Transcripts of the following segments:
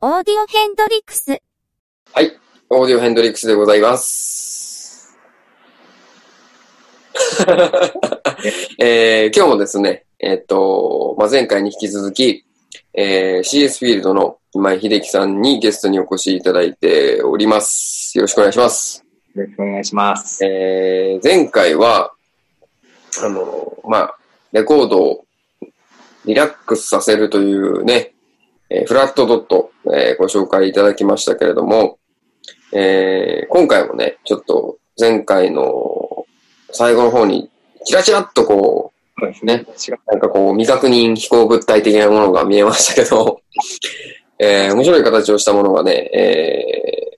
オヘンドリックス。はい。オーディオヘンドリックスでございます。 えー今日もですね、えっと、まあ、前回に引き続き、えー CS フィールドの今井秀樹さんにゲストにお越しいただいております。よろしくお願いします。よろしくお願いします。えー前回は、あの、まあ、レコードをリラックスさせるというね、えーフラットドット、えーご紹介いただきましたけれども、えー今回もね、ちょっと前回の最後の方に、チラチラっとこう、そうですねね。違う。なんかこう、未確認飛行物体的なものが見えましたけど、 えー面白い形をしたものがね、え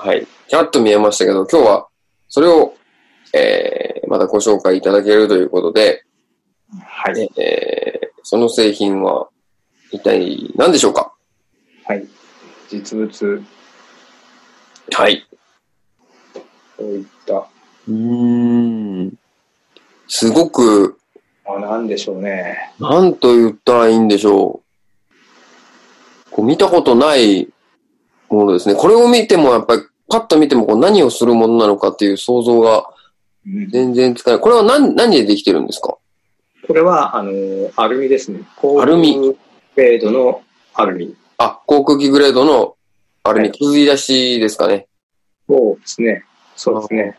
ーはい、ちらっと見えましたけど、今日はそれを、えーまたご紹介いただけるということで、はい。えーその製品は一体何でしょうかはい。実物、はい。こういった、うん。すごく、あなんでしょうね。なんと言ったらいいんでしょう。こう見たことないものですね。これを見ても、やっぱり、パッと見てもこう何をするものなのかっていう想像がうん全然つかない。これは何、何でできてるんですかこれは、あの、アルミですね。アルミグレードのアルミ。あ、航空機グレードの、あれにはい削り出しですかね。そうですね。そうですね。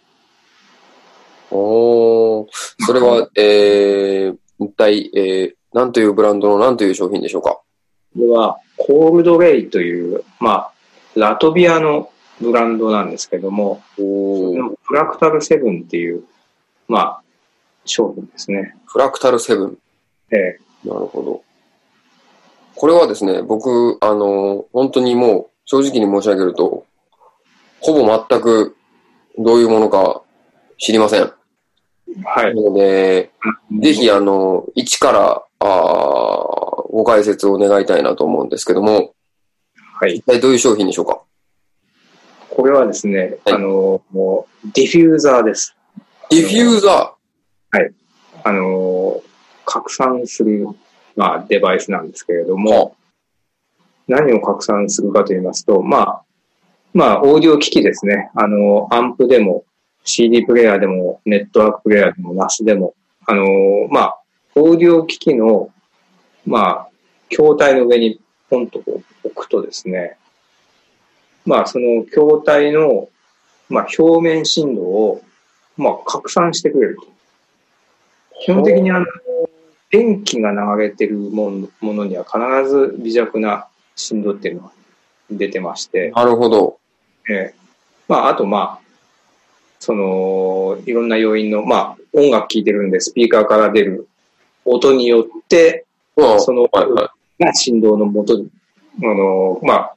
おお、それは、えー、一体、えー、何というブランドの何という商品でしょうかこれは、コールドレイという、まあ、ラトビアのブランドなんですけども、おーフラクタルセブンっていう、まあ、商品ですね。フラクタルセブン。ええなるほど。これはですね、僕、あの、本当にもう、正直に申し上げると、ほぼ全く、どういうものか知りません。は。ないので、ぜひ、あの、一から、あーご解説をお願いたいなと思うんですけども、はい一。体どういう商品でしょうかこれはですね、はいあの、もうディフューザーです。ディフューザあの、拡散する、まあ、デバイスなんですけれどー。も、何を拡散するかと言いますと、まあ、まあ、オーディオ機器ですね。あの、アンプでも、CD プレイヤーでも、ネットワークプレイヤーでも、NAS でも、あの、まあ、オーディオ機器の、まあ、筐体の上にポンとこう置くとですね、まあ、その筐体の、まあ、表面振動を、まあ、拡散してくれると。基本的にあの、電気が流れてるものものには必ず微弱な振動っていうのが出てまして、なるほど。ええまあ、あとまあ、その、いろんな要因の、まあ、音楽聴いてるんで、スピーカーから出る音によって、うんそのはいはいまあ振動の元に、あの、まあ、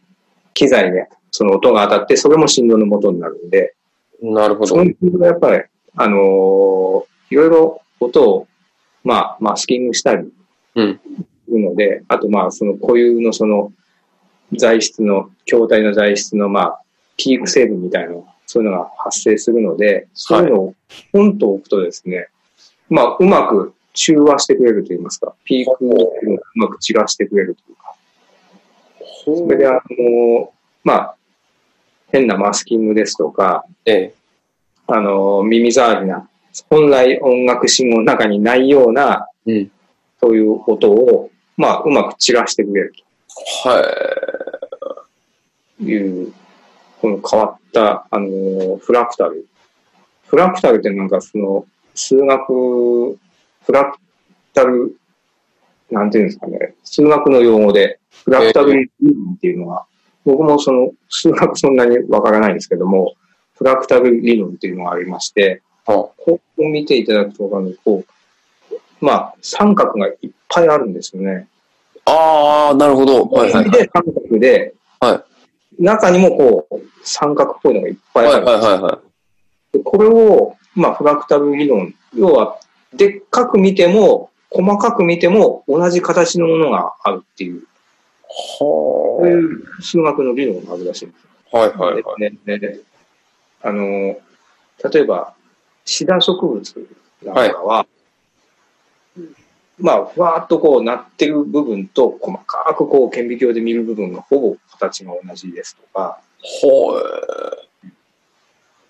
機材に、その音が当たって、それも振動の元になるんで、なるほどそ。の振動がやっぱり、あのいろいろ音を、まあ、マスキングしたり、うんするので、あとまあ、その固有のその、材質の、筐体の材質のまあ、キーク成分みたいな、そういうのが発生するので、そういうのをポンと置くとですね、まあ、うまく中和してくれると言いますか、ピークをうまく散らしてくれるというか、それであの、まあ、変なマスキングですとか、えあの、耳障りな、本来音楽信号の中にないような、え。うん。そういう音を、まあ、うまく散らしてくれるはい。という、この変わった、あの、フラクタル。フラクタルってなんかその、数学、フラクタル、なんていうんですかね、数学の用語で、フラクタルリズムっていうのは、僕もその、数学そんなにわからないんですけども、フラクタル理論っていうのがありまして、はここを見ていただくとわかるんですけどこう、まあ、三角がいっぱいあるんですよね。ああ、なるほど。はいはいはい。で、三角で、は中にもこう、三角っぽいのがいっぱいはいあはる。いはいはでこれを、まあ、フラクタル理論、要は、でっかく見ても、細かく見ても、同じ形のものがあるっていう、こうい。いう数学の理論があるらしいんですはいはいはい。ねねねあの、例えば、シダ植物なんかは、まあ、ふわーっとこうなってる部分と、細かくこう顕微鏡で見る部分がほぼ形が同じですとか、ほう。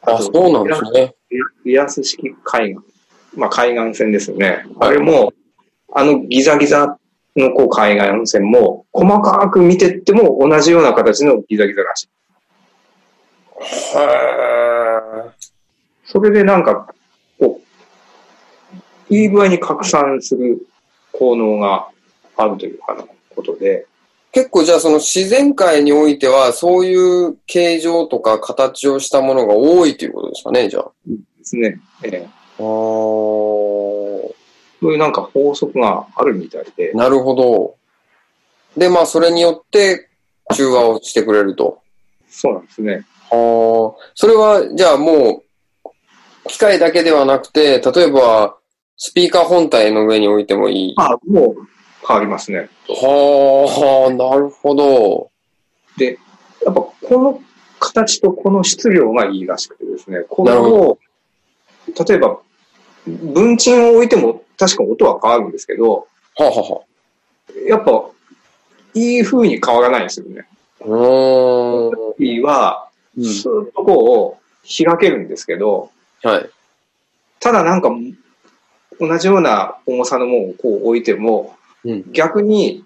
あ、そうなんですね。リアス式海岸、まあ海岸線ですよね。はいあれも、あのギザギザのこう海岸線も、細かく見てっても同じような形のギザギザらしい。はそれでなんか、こう、いい具合に拡散する効能があるというかなことで、結構じゃあその自然界においては、そういう形状とか形をしたものが多いということですかね、じゃあ。ですね。ええあーそういうなんか法則があるみたいで、なるほど。で、まあ、それによって、中和をしてくれると。そうなんですね。あーそれは、じゃあもう、機械だけではなくて、例えば、スピーカー本体の上に置いてもいい。はまあ、もう変わりますね。あ、なるほど。やっぱこの形とこの質量がいいらしくてですね、こなるほの、例えば、文鎮を置いても確か音は変わるんですけど、はあ、はやっぱ、いい風に変わらないんですよね。あはあ、ういいは、ーん。スーッとこう、開けるんですけど、はい。ただなんか、同じような重さのものをこう置いても、うん。逆に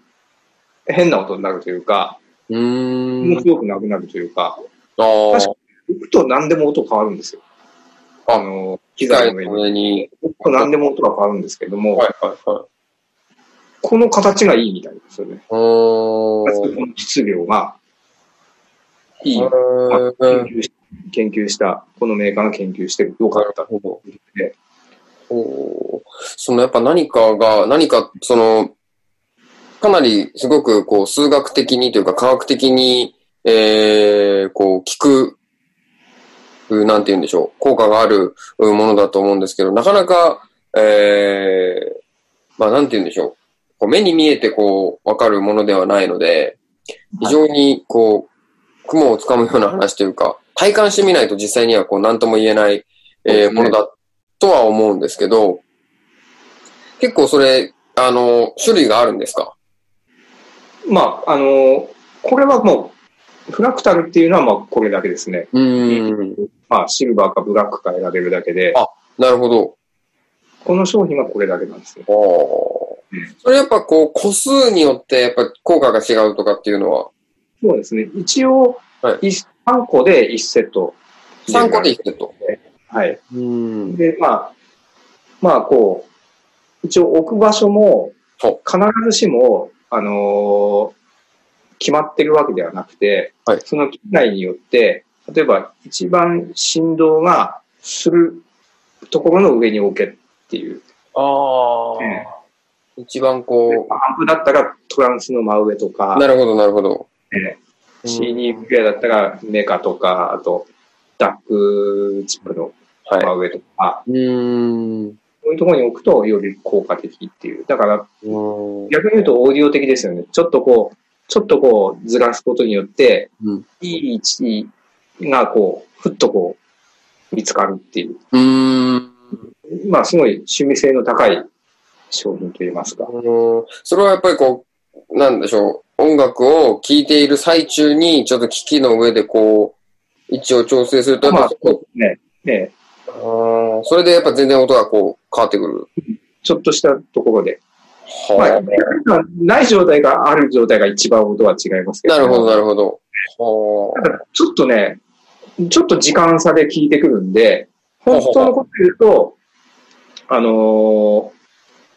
変な音になるというか、う気ー持ん。ちよくなくなるというか、あー確か置くと何でも音変わるんですよ。ああの、機機械材の上のに。上に。何でも音が変わるんですけども、はいはいはい。この形がいいみたいですよね。うーん。この質量がいい。うーん研究し研究した、このメーカーが研究してよかった。ほどで。おーそのやっぱ何かが、何かその、かなりすごくこう数学的にというか科学的に、えー、こう聞く、うなんて言うんでしょう、効果があるうものだと思うんですけど、なかなか、えー、まあなんて言うんでしょう、こう目に見えてこうわかるものではないので、非常にこう、雲をつかむような話というか、体感してみないと実際にはこう何とも言えない、えーものだとは思うんですけど、結構それ、あの、種類があるんですかまあ、あの、これはもう、フラクタルっていうのはまあこれだけですね。うーん。まあ、シルバーかブラックか選べるだけであ、なるほど。この商品はこれだけなんですね。あーそれやっぱこう、個数によってやっぱ効果が違うとかっていうのは、そうですね。一応、、はい3個で1セット。 3個でいってると。はい。うん。で、まあ、まあ、こう、一応置く場所も、ほ必ずしも、あのー決まってるわけではなくて、はいその機内によって、例えば一番振動がするところの上に置けっていう。あーえ一番でこアンプだったらトランスの真上とう、か、なるほど、なるほど。えうーん CD プレイヤーだったらメカとか、あと、ダックチップのは真上とか、い。うーん。そういうところに置くとより効果的っていう。だからうん逆に言うとオーディオ的ですよね。ちょっとこう、ちょっとこうずらすことによって、うんいい位置がこう、ふっとこう、見つかるっていうーん。う。まあ、すごい趣味性の高い商品といいますか。うんそれはやっぱりこう、なんでしょう、音楽を聴いている最中に、ちょっと機器の上でこう、位置を調整すると、まやあっぱこね、ね、うあーそれでやっぱ全然音がこう、変わってくる。ちょっとしたところで。まあは、ない状態がある状態が一番音は違いますあ、けど。なるほど、なるほど。はあちょっとね、ちょっと時間差で聞いてくるんで、本当のこと言うと、あのー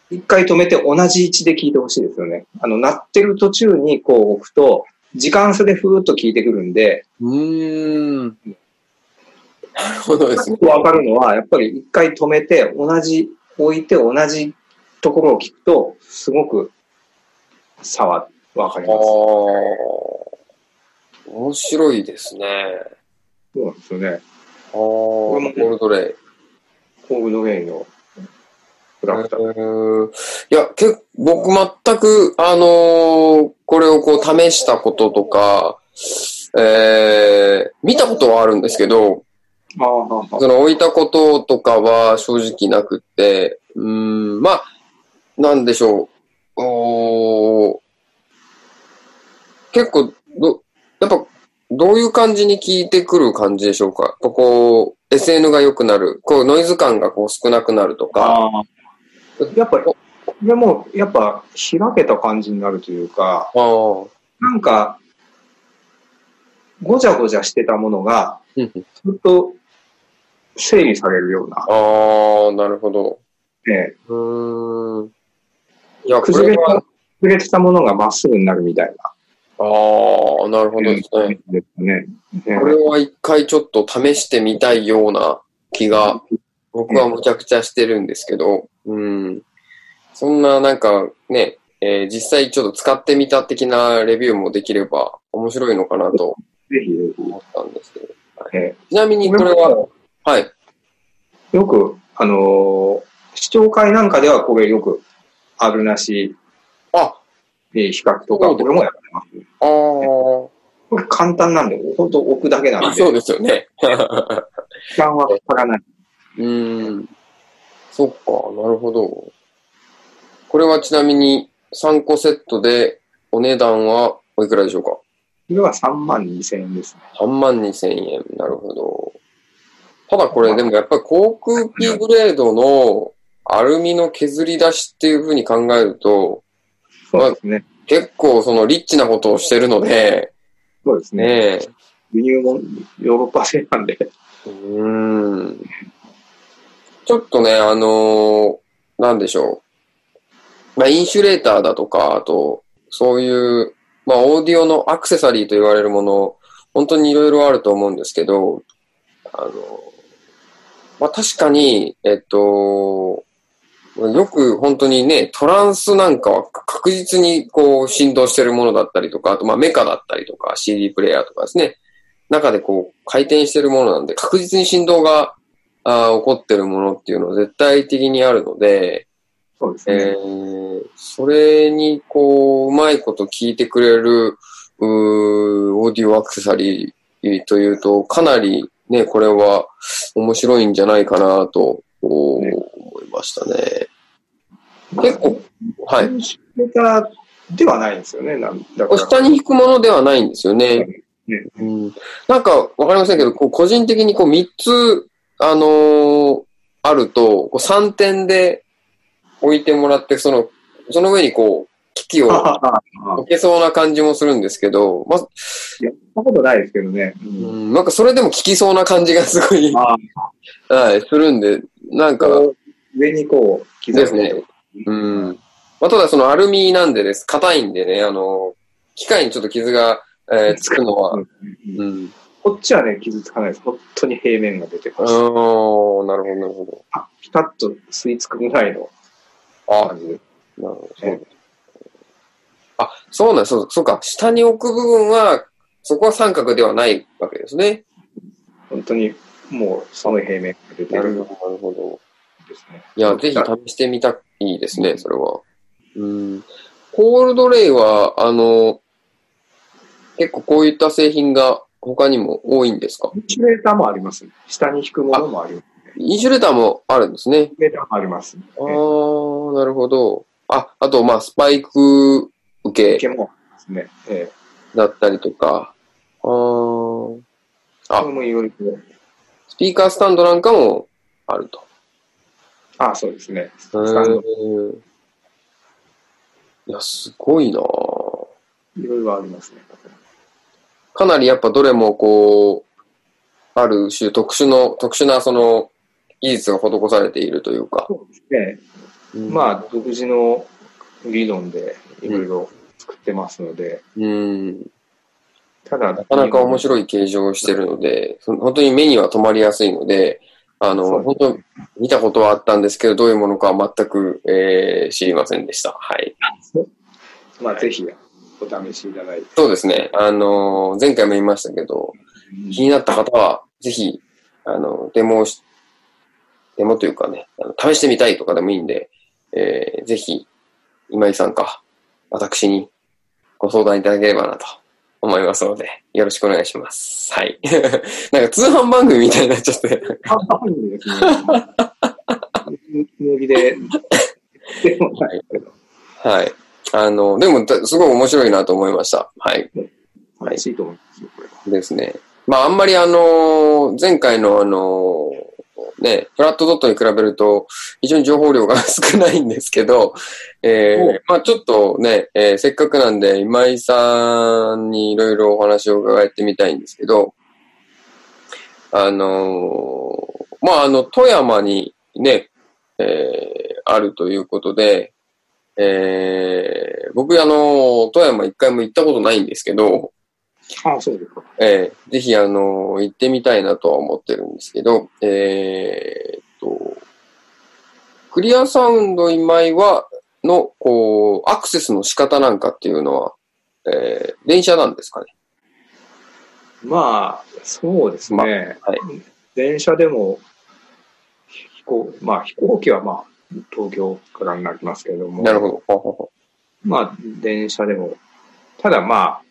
一回止めて同じ位置で聞いてほしいですよね。あの、鳴ってる途中にこう置くと、時間差でふーっと聞いてくるんで、うーん。なるほどですね。わかるのは、やっぱり一回止めて、同じ、置いて同じところを聞くと、すごく差はわかりあます。そあ。面白いですね。うなんですよね。ああ。ゴもールドレイ。ホームドゲインのフラクタル。えーいや、け僕全く、あのーこれをこう試したこととか、えー見たことはあるんですけど、ああ、ああその置いたこととかは正直なくって、うーん、まあ、なんでしょう。おー結構、ど、やっぱ、どういう感じに聞いてくる感じでしょうかここ、SN が良くなる、こう、ノイズ感がこう少なくなるとか、あやっぱ、でも、やっぱ、開けた感じになるというか、あーなんか、ごちゃごちゃしてたものが、うんずっと整理されるような、あー、なるほど。ええうーん。いや、こ崩れれたは、崩れてたものがまっすぐになるみたいな。ああ、なるほどですね。ですね。ええこれは一回ちょっと試してみたいような気が、僕はむちゃくちゃしてるんですけど、うん。そんななんかね、えー実際ちょっと使ってみた的なレビューもできれば面白いのかなとぜひぜひ思ったんですけど。えちなみにこれは、はい。えよく、あのー視聴会なんかではこれよく、あるなし、あ、えー比較とか、そうですこれもやってます。あーこれ簡単なんで、本当置くだけなあ、んそうで、ですよね。時間はかからない。うん。そっか、なるほど。これはちなみに3個セットでお値段はおいくらでしょうかこれは3万2千円ですね。 3万2千円。なるほど。ただこれでもやっぱり航空機グレードのアルミの削り出しっていう風に考えると、そうですね。結構そのリッチなことをしてるので、そうですね。ねえ。輸入もヨーロッパ製なんで。うーん。ちょっとね、あのーなんでしょう。まあ、インシュレーターだとか、あと、そういう、まあ、オーディオのアクセサリーと言われるもの、本当にいろいろあると思うんですけど、あの、まあ、確かに、えっと、よく本当にね、トランスなんかは確実にこう振動してるものだったりとか、あとまあメカだったりとか CD プレイヤーとかですね、中でこう回転してるものなんで確実に振動があー起こってるものっていうのは絶対的にあるので、そうですね。えーそれに、こう、うまいこと聞いてくれる、うーオーディオアクセサリーというと、かなりね、これは面白いんじゃないかなと、こうね思いましたね。結構、はい。インシュレーターではないんですよね。なんだから。下に引くものではないんですよね。ねうん、なんか、わかりませんけど、こう個人的にこう3つ、あのーあると、こう3点で置いてもらって、その、その上にこう、機器をああああああ置けそうな感じもするんですけど、まあ、やったことないですけどね。ううんんなんかそれでも効きそうな感じがすごい、あ あ、はい、するんで、なんか、こう上にこう、刻んですね。うん。まあ、ただそのアルミなんでです。硬いんでね、あの、機械にちょっと傷が、えーつくのは、うんうん。こっちはね、傷つかないです。本当に平面が出てあまあ、なるす。ほど、なるほど。あピタッと吸い付くぐらいのあ、感じです。なるほどそう。あ、そうなんそう、そうか。下に置く部分は、そこは三角ではないわけですね。本当にもうその平面が出てなるるんでほど、なるほど。すね。いや、ぜひ試してみたいですね、それは。うん。コールドレイは、あの、結構こういった製品が他にも多いんですかインシュレーターもありますね。下に引くものもあります。インシュレーターもあるんですねイン。シュレーターもあります。ああ、なるほど。あ、あと、まあ、スパイク受毛けもですね。ええだったりとか、あーあこれもいろいろ。スピーカースタンドなんかもあると。ああ、そうですね。スタンドうん。いや、すごいなあいろいろありますね。かなりやっぱどれもこう、ある種特殊の、特殊なその技術が施されているというか。そうですね。あ、まあ、独自の理論でいろいろ作ってますので、うん。ただ、なかなか面い。白い形状をしてるので、その本当に目には留まりやすいので、あそうの、ですね本当見たことはあったんですけど、どういうものかは全く、えー知りませんでした。はい。まあ、ぜひお試しいただいて。そうですね。あの、前回も言いましたけど、気になった方は、ぜひ、あの、デモをし、デモというかね、あの試してみたいとかでもいいんで、えーぜひ、今井さんか、私にご相談いただければなと思いますので、よろしくお願いします。はい。 なんか通販番組みたいになっちゃって。 あ、いいですね。脱ぎで、でもないけど、はい。あの、でも、だすごい面白いなと思いました。はい。はい嬉しいと思いますよ、これは。ですね。まあ、あんまりあの、前回のあの、ね、フラットドットに比べると、非常に情報量が少ないんですけど、えーおまあちょっとね、えーせっかくなんで、今井さんにいろいろお話を伺ってみたいんですけど、あのーまああの、富山にね、えーあるということで、えー僕あの、富山一回も行ったことないんですけど、ああ、そうですか。えーぜひ、あの、行ってみたいなとは思ってるんですけど、えーっと、クリアサウンド今井は、の、こう、アクセスの仕方なんかっていうのは、えー電車なんですかね。まあ、そうですね。まあい電車でも、飛行、まあ飛行機はまあ、東京からになりますけれども。なるほど。まあ、電車でも。ただまあ、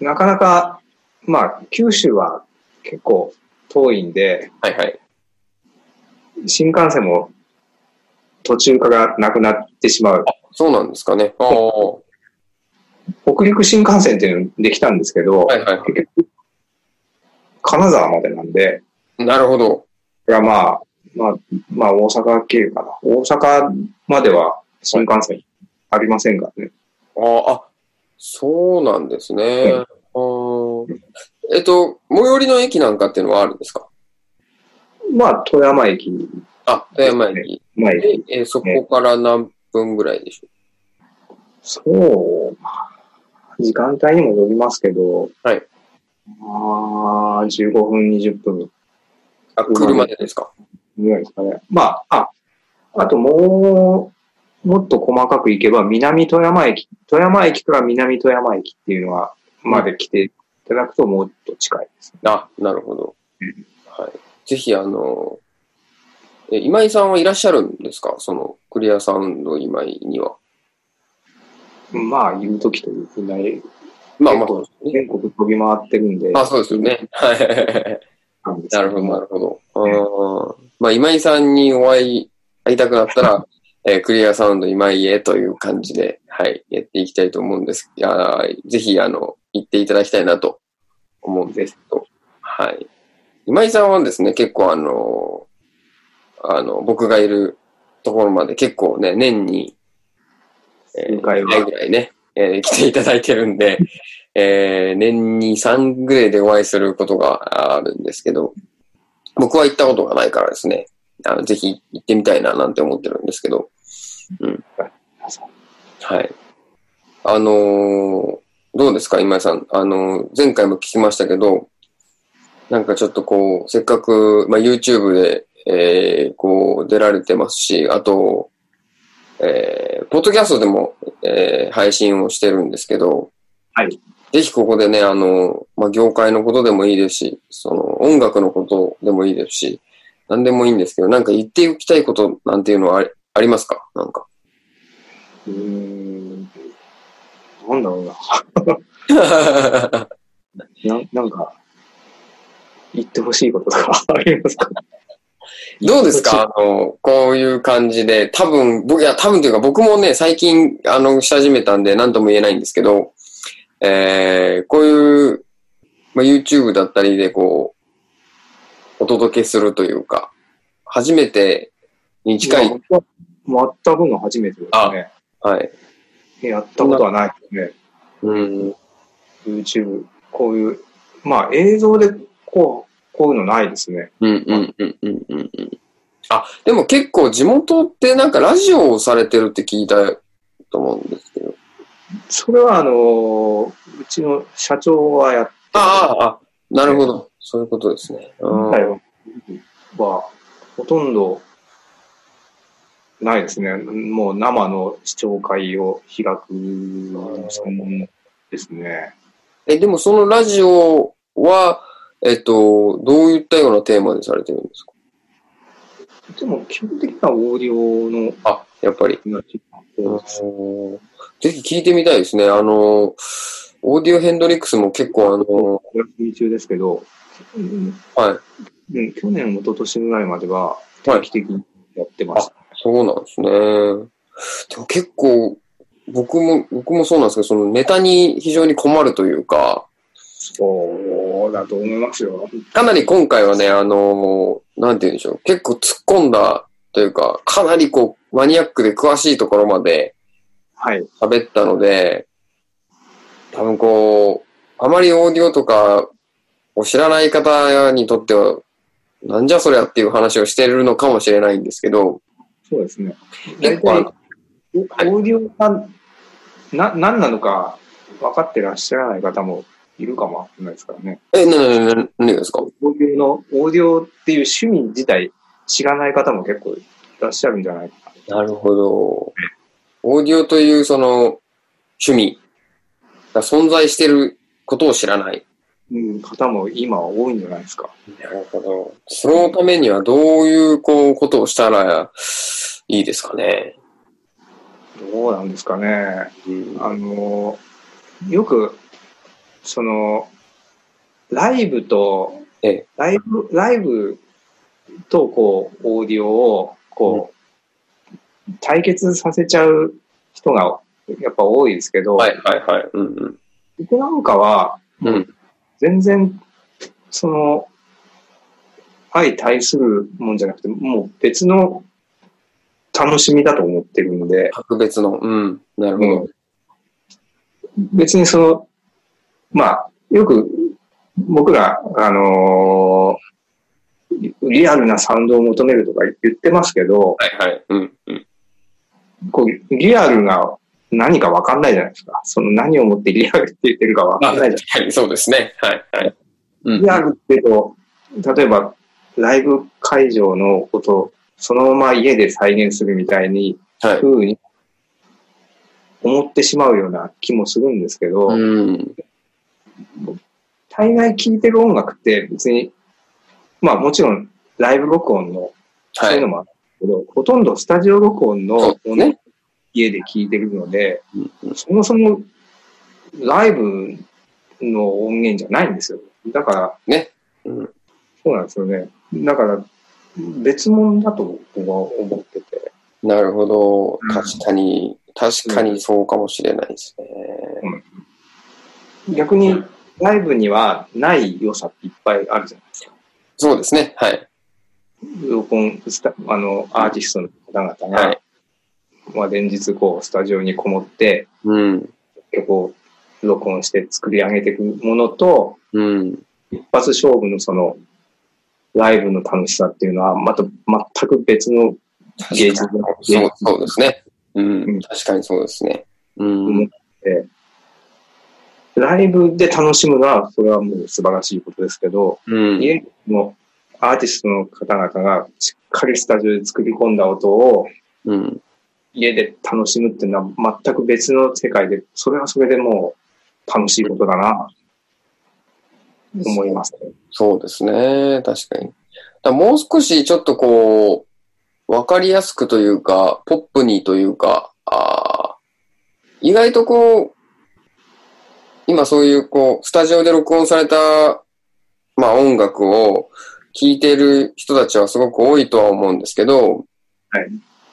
なかなか、まあ、九州は結構遠いんで、はいはい。新幹線も途中からなくなってしまう。そうなんですかね。ああ。は北陸新幹線っていうのできたんですけど、いは結局、金沢までなんで、い。なるほど。これはまあ、まあ、まあ大阪経由かな。大阪までは新幹線ありませんからね。あーあ、そうなんですね。あうーえっと、最寄りの駅なんかっていうのはあるんですかまあ、富山駅、あ、富山駅。まあ、で、えーそこから何分ぐらいでしょうそう、まあ時間帯にもよりますけど、はい。まあ、15分、20分あ、車でですか。ぐらいですかね。まあ、あ、あともう、もっと細かく行けば、南富山駅、富山駅から南富山駅っていうのは、まで来ていただくともっと近いです。あ、なるほどうん。はい。ぜひ、あの、え、今井さんはいらっしゃるんですかその、クリアサウンド今井には。まあ、言うときというふうなまあまあ、結そ構うですね。全国飛び回ってるんで。まあそうですよね。 はい。なんですけなるほど、なるほど。あーまあ、今井さんにお会い、会いたくなったら、 えークリアサウンド今井へという感じで、はい、やっていきたいと思うんです。いやーぜひ、あの、行っていただきたいなと思うんですけど、はい。今井さんはですね、結構あの、あの、僕がいるところまで結構ね、年に、えー、数回は一ぐらいね、えー来ていただいてるんで、えー年に3ぐらいでお会いすることがあるんですけど、僕は行ったことがないからですね、あのぜひ行ってみたいななんて思ってるんですけど、うん。はい。あのーどうですか、今井さん。あのー前回も聞きましたけど、なんかちょっとこう、せっかく、まあ、YouTube で、えーこう、出られてますし、あと、えーポッドキャストでも、えー配信をしてるんですけど、はい。ぜひここでね、あの、まあ、業界のことでもいいですし、その、音楽のことでもいいですし、何でもいいんですけど、なんか言っておきたいことなんていうのはありありますかなん か。うーん。なんだろうな。ななんか、言ってほしいこととかありますかどうですかあの、こういう感じで、多分、僕、いや、多分というか僕もね、最近、あの、し始めたんで、何とも言えないんですけど、えー、こういう、まあ、YouTube だったりで、こう、お届けするというか、初めてに近い、や全くの初めてですね。はい。やったことはないですね。うん。 YouTube、こういう、まあ映像でこう、こういうのないですね。うんうんうんうんうんうん。あ、でも結構地元ってなんかラジオをされてるって聞いたと思うんですけど。それはあのー、うちの社長はやっああ、あ、なるほど。そういうことですね。うんたよ。は、ほとんど、ないですね。もう生の視聴会を開く専門ですね。え、でもそのラジオは、えっと、どういったようなテーマでされてるんですかでも基本的にはオーディオのあ、やっぱり。そうですうんぜひ聞いてみたいですね。あの、オーディオヘンドリックスも結構あの、お休み中ですけど、うんはい。うん去年、一昨年ぐらいまではは定い期的にやってました。そうなんですね。でも結構、僕も、僕もそうなんですけど、そのネタに非常に困るというか、そうだと思いますよ。かなり今回はね、あのーなんて言うんでしょう。結構突っ込んだというか、かなりこう、マニアックで詳しいところまではい。喋ったので、多分こう、あまりオーディオとかを知らない方にとっては、なんじゃそりゃっていう話をしてるのかもしれないんですけど、そうですね。結大構あ体、のオーディオがな、何なのか分かってらっしゃらない方もいるかもしれないですからね。え、な、な、な、な何がですかオーディオの、オーディオっていう趣味自体知らない方も結構いらっしゃるんじゃないかなるほど。オーディオというその趣味が存在してることを知らない。な、うん、方も今は多いんじゃないですか。なるほど。そのためにはどういうこうことをしたらいいですかね。どうなんですかね。うんあの、よく、その、ライブと、ええライブ、ライブと、こう、オーディオを、こう、対決させちゃう人が、やっぱ多いですけど、はいはいはい。うん僕なんかは、うん。うん。全然、その、相対するもんじゃなくて、もう別の楽しみだと思ってるので、格別の。うん。なるほど。別にその、まあ、よく僕ら、あのーリアルなサウンドを求めるとか言ってますけど、はいはい。うんうん。こうリアルが何か分かんないじゃないですか。その何をもってリアルって言ってるか分まかあ、んない確じかにそうですね。はいはい。うゃない。ん。リアルってこう、例えばライブ会場のことをそのまま家で再現するみたいに、はいふうに思ってしまうような気もするんですけど、うん。大概聴いてる音楽って別に、まあもちろんライブ録音のそうはいういの。もあるけど、ほとんどスタジオ録音のそうですねものを家で聴いてるので、うんうんそもそもライブの音源じゃないんですよ。だから、ね。うんそうなんですよね。だから別物だと僕は思ってて、なるほどう。ん確かに、確かにそうかもしれないですね。逆にライブにはない良さっていっぱいあるじゃないですか。そうですね。はい。録音した、あの、アーティストの方々が、はい。まあ、連日こうスタジオにこもってうん。曲を録音して作り上げていくものとうん。一発勝負のそのライブの楽しさっていうのはまた全く別の芸術のそう、そうですね。う。うんん確かにそうですね。ううんん。ライブで楽しむのはそれはもう素晴らしいことですけど、うん。家のアーティストの方々がしっかりスタジオで作り込んだ音をうん。家で楽しむっていうのは全く別の世界でそれはそれでもう楽しいことだなと思いますね。そうですね。確かに。だからもう少しちょっとこう、わかりやすくというか、ポップにというか、あー意外とこう、今そういうこう、スタジオで録音された、まあ音楽を聴いている人たちはすごく多いとは思うんですけど、はい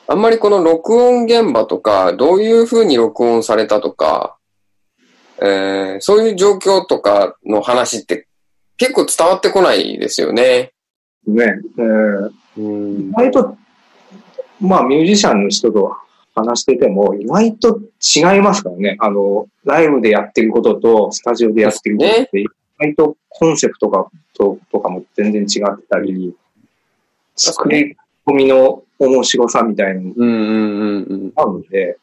あんまりこの録音現場とか、どういう風に録音されたとか、えーそういう状況とかの話って結構伝わってこないですよね。ね、えーうん意。外と、まあミュージシャンの人と話してても、意外と違いますからね。あの、ライブでやってることと、スタジオでやってることって、意外とコンセプトがととかも全然違ってたり、作り込みの面白さみたいなのもうんうんうんうん。あるので、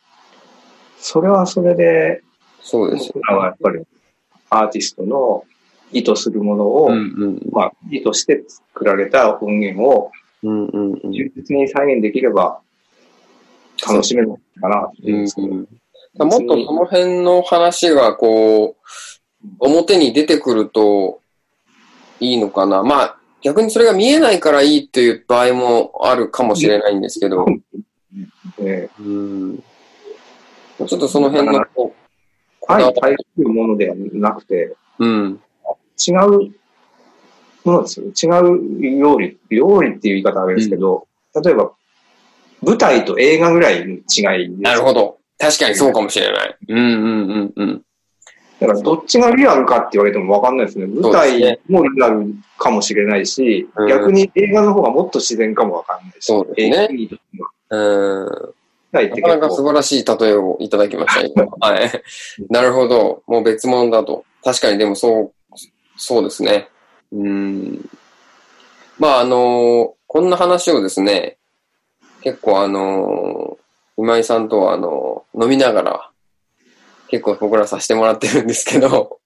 それはそれで、そうですよ。僕らはやっぱりアーティストの意図するものを、うんまあ、意図して作られた音源をうん。うんうんうん。充実に再現できれば楽しめるのかなっていうんですけど、もっとその辺の話がこう、表に出てくるといいのかな。まあ、逆にそれが見えないからいいっていう場合もあるかもしれないんですけど、えうん、ちょっとその辺だかのら、こうこだわ相り対するものではなくて、うん、違うものですよ。違う料理、料理っていう言い方はあれですけど、例えば、舞台と映画ぐらいの違いです。なるほど。確かにそうかもしれない。うんうんうんうん。だからどっちがリアルかって言われても分かんないですね。舞そうです台もリアルかもしれないし、うん逆に映画の方がもっと自然かも分かんないし。そうですね映画にとってもうん。舞台ってなか結なか素構、晴らしい例えをいただきました、 今はい。なるほど。もう別物だと。確かにでもそう、そうですね。うん。まああの、こんな話をですね、結構あの、今井さんとはあの、飲みながら、結構僕らさせてもらってるんですけど、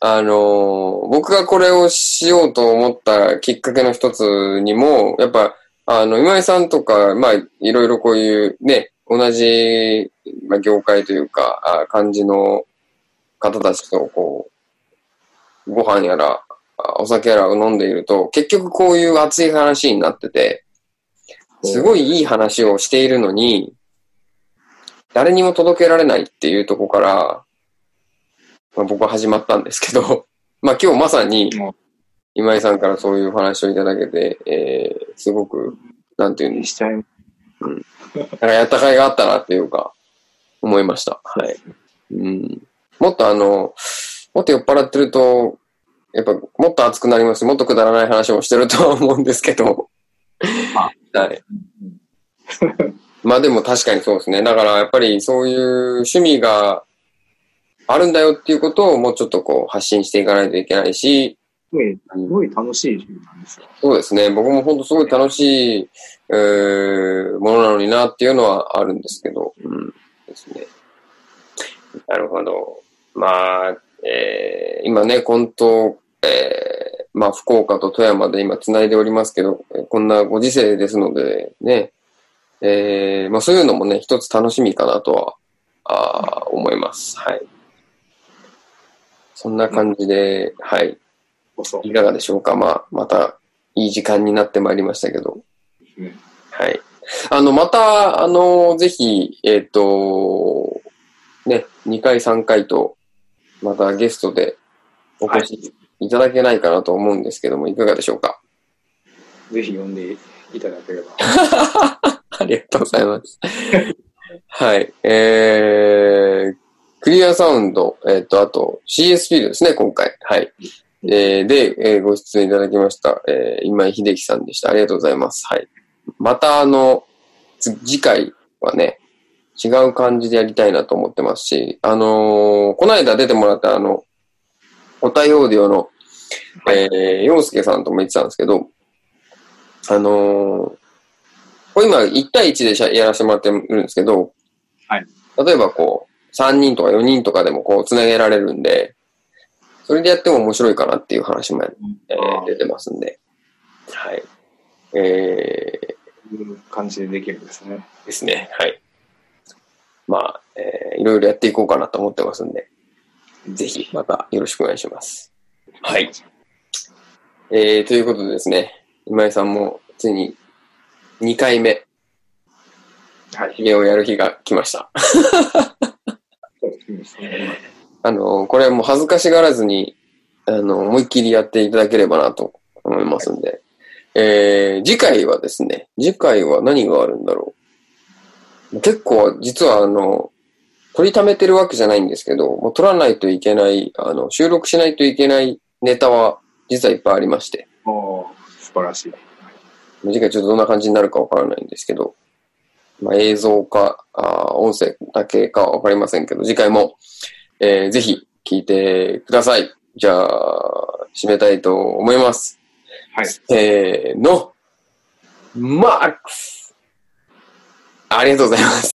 あの、僕がこれをしようと思ったきっかけの一つにも、やっぱ、あの、今井さんとか、まあ、いろいろこういうね、同じ、まあ、業界というか、あ感じの方たちと、こう、ご飯やら、あお酒やらを飲んでいると、結局こういう熱い話になってて、すごいいい話をしているのに、誰にも届けられないっていうところから、まあ、僕は始まったんですけど、 まあ今日まさにうん、今井さんからそういうお話をいただけて、えー、すごく、なんていうんでしちゃいますなんかやった甲いがあったなっていうか、思いました。はい。うん。もっとあの、もっと酔っ払ってると、やっぱもっと熱くなりますしもっとくだらない話もしてるとは 思うんですけど。はい。まあでも確かにそうですね。だからやっぱりそういう趣味があるんだよっていうことをもうちょっとこう発信していかないといけないし、すごい、すごい楽しい趣味なんですよ。そうですね。僕も本当すごい楽しい、えーものなのになっていうのはあるんですけど。うん。ですね。なるほど。まあ、えー今ね、今と、えーまあ、福岡と富山で今繋いでおりますけど、えーこんなご時世ですので、ね、えーまあ、そういうのもね、一つ楽しみかなとは、あー思います。はい。そんな感じで、はい。こそ。いかがでしょうかまあ、また、いい時間になってまいりましたけど。ねはい。あの、また、あの、ぜひ、えっ、と、ね、2回、3回と、またゲストでお越しいただけないかなと思うんですけども、い、かがでしょうかぜひ読んでいただければ。 ありがとうございます。はい。えー、クリアサウンド、えっ、と、あと CSP ですね、今回。はい。えーで、えーご出演いただきました、えー今井秀樹さんでした。ありがとうございます。はい。また、あの、つ次回はね、違う感じでやりたいなと思ってますし、あのーこの間出てもらった、あの、お対応ディオの、えー、洋介さんとも言ってたんですけど、あのーこれ今1対1でしゃやらせてもらってるんですけど、はい例えばこう、3人とか4人とかでもこう、つなげられるんで、それでやっても面白いかなっていう話も、 えー出てますんで、はい。えー、そういう感じでできるんですね。ですね。はい。まあ、えーいろいろやっていこうかなと思ってますんで、ぜひまたよろしくお願いします。はい。えーということでですね、今井さんもついに2回目、はい。家をやる日が来ました。そうですね。あの、これはもう恥ずかしがらずに、あの、思いっきりやっていただければなと思いますんで、えー次回はですね、次回は何があるんだろう。結構、実はあの、取りためてるわけじゃないんですけど、もう取らないといけない、あの、収録しないといけないネタは、実はいっぱいありまして、おー素晴らしい。次回ちょっとどんな感じになるかわからないんですけど、まあ、映像か、あー音声だけかはわかりませんけど、次回も、えーぜひ聞いてください。じゃあ、締めたいと思います。はい。せーの、マックスありがとうございます。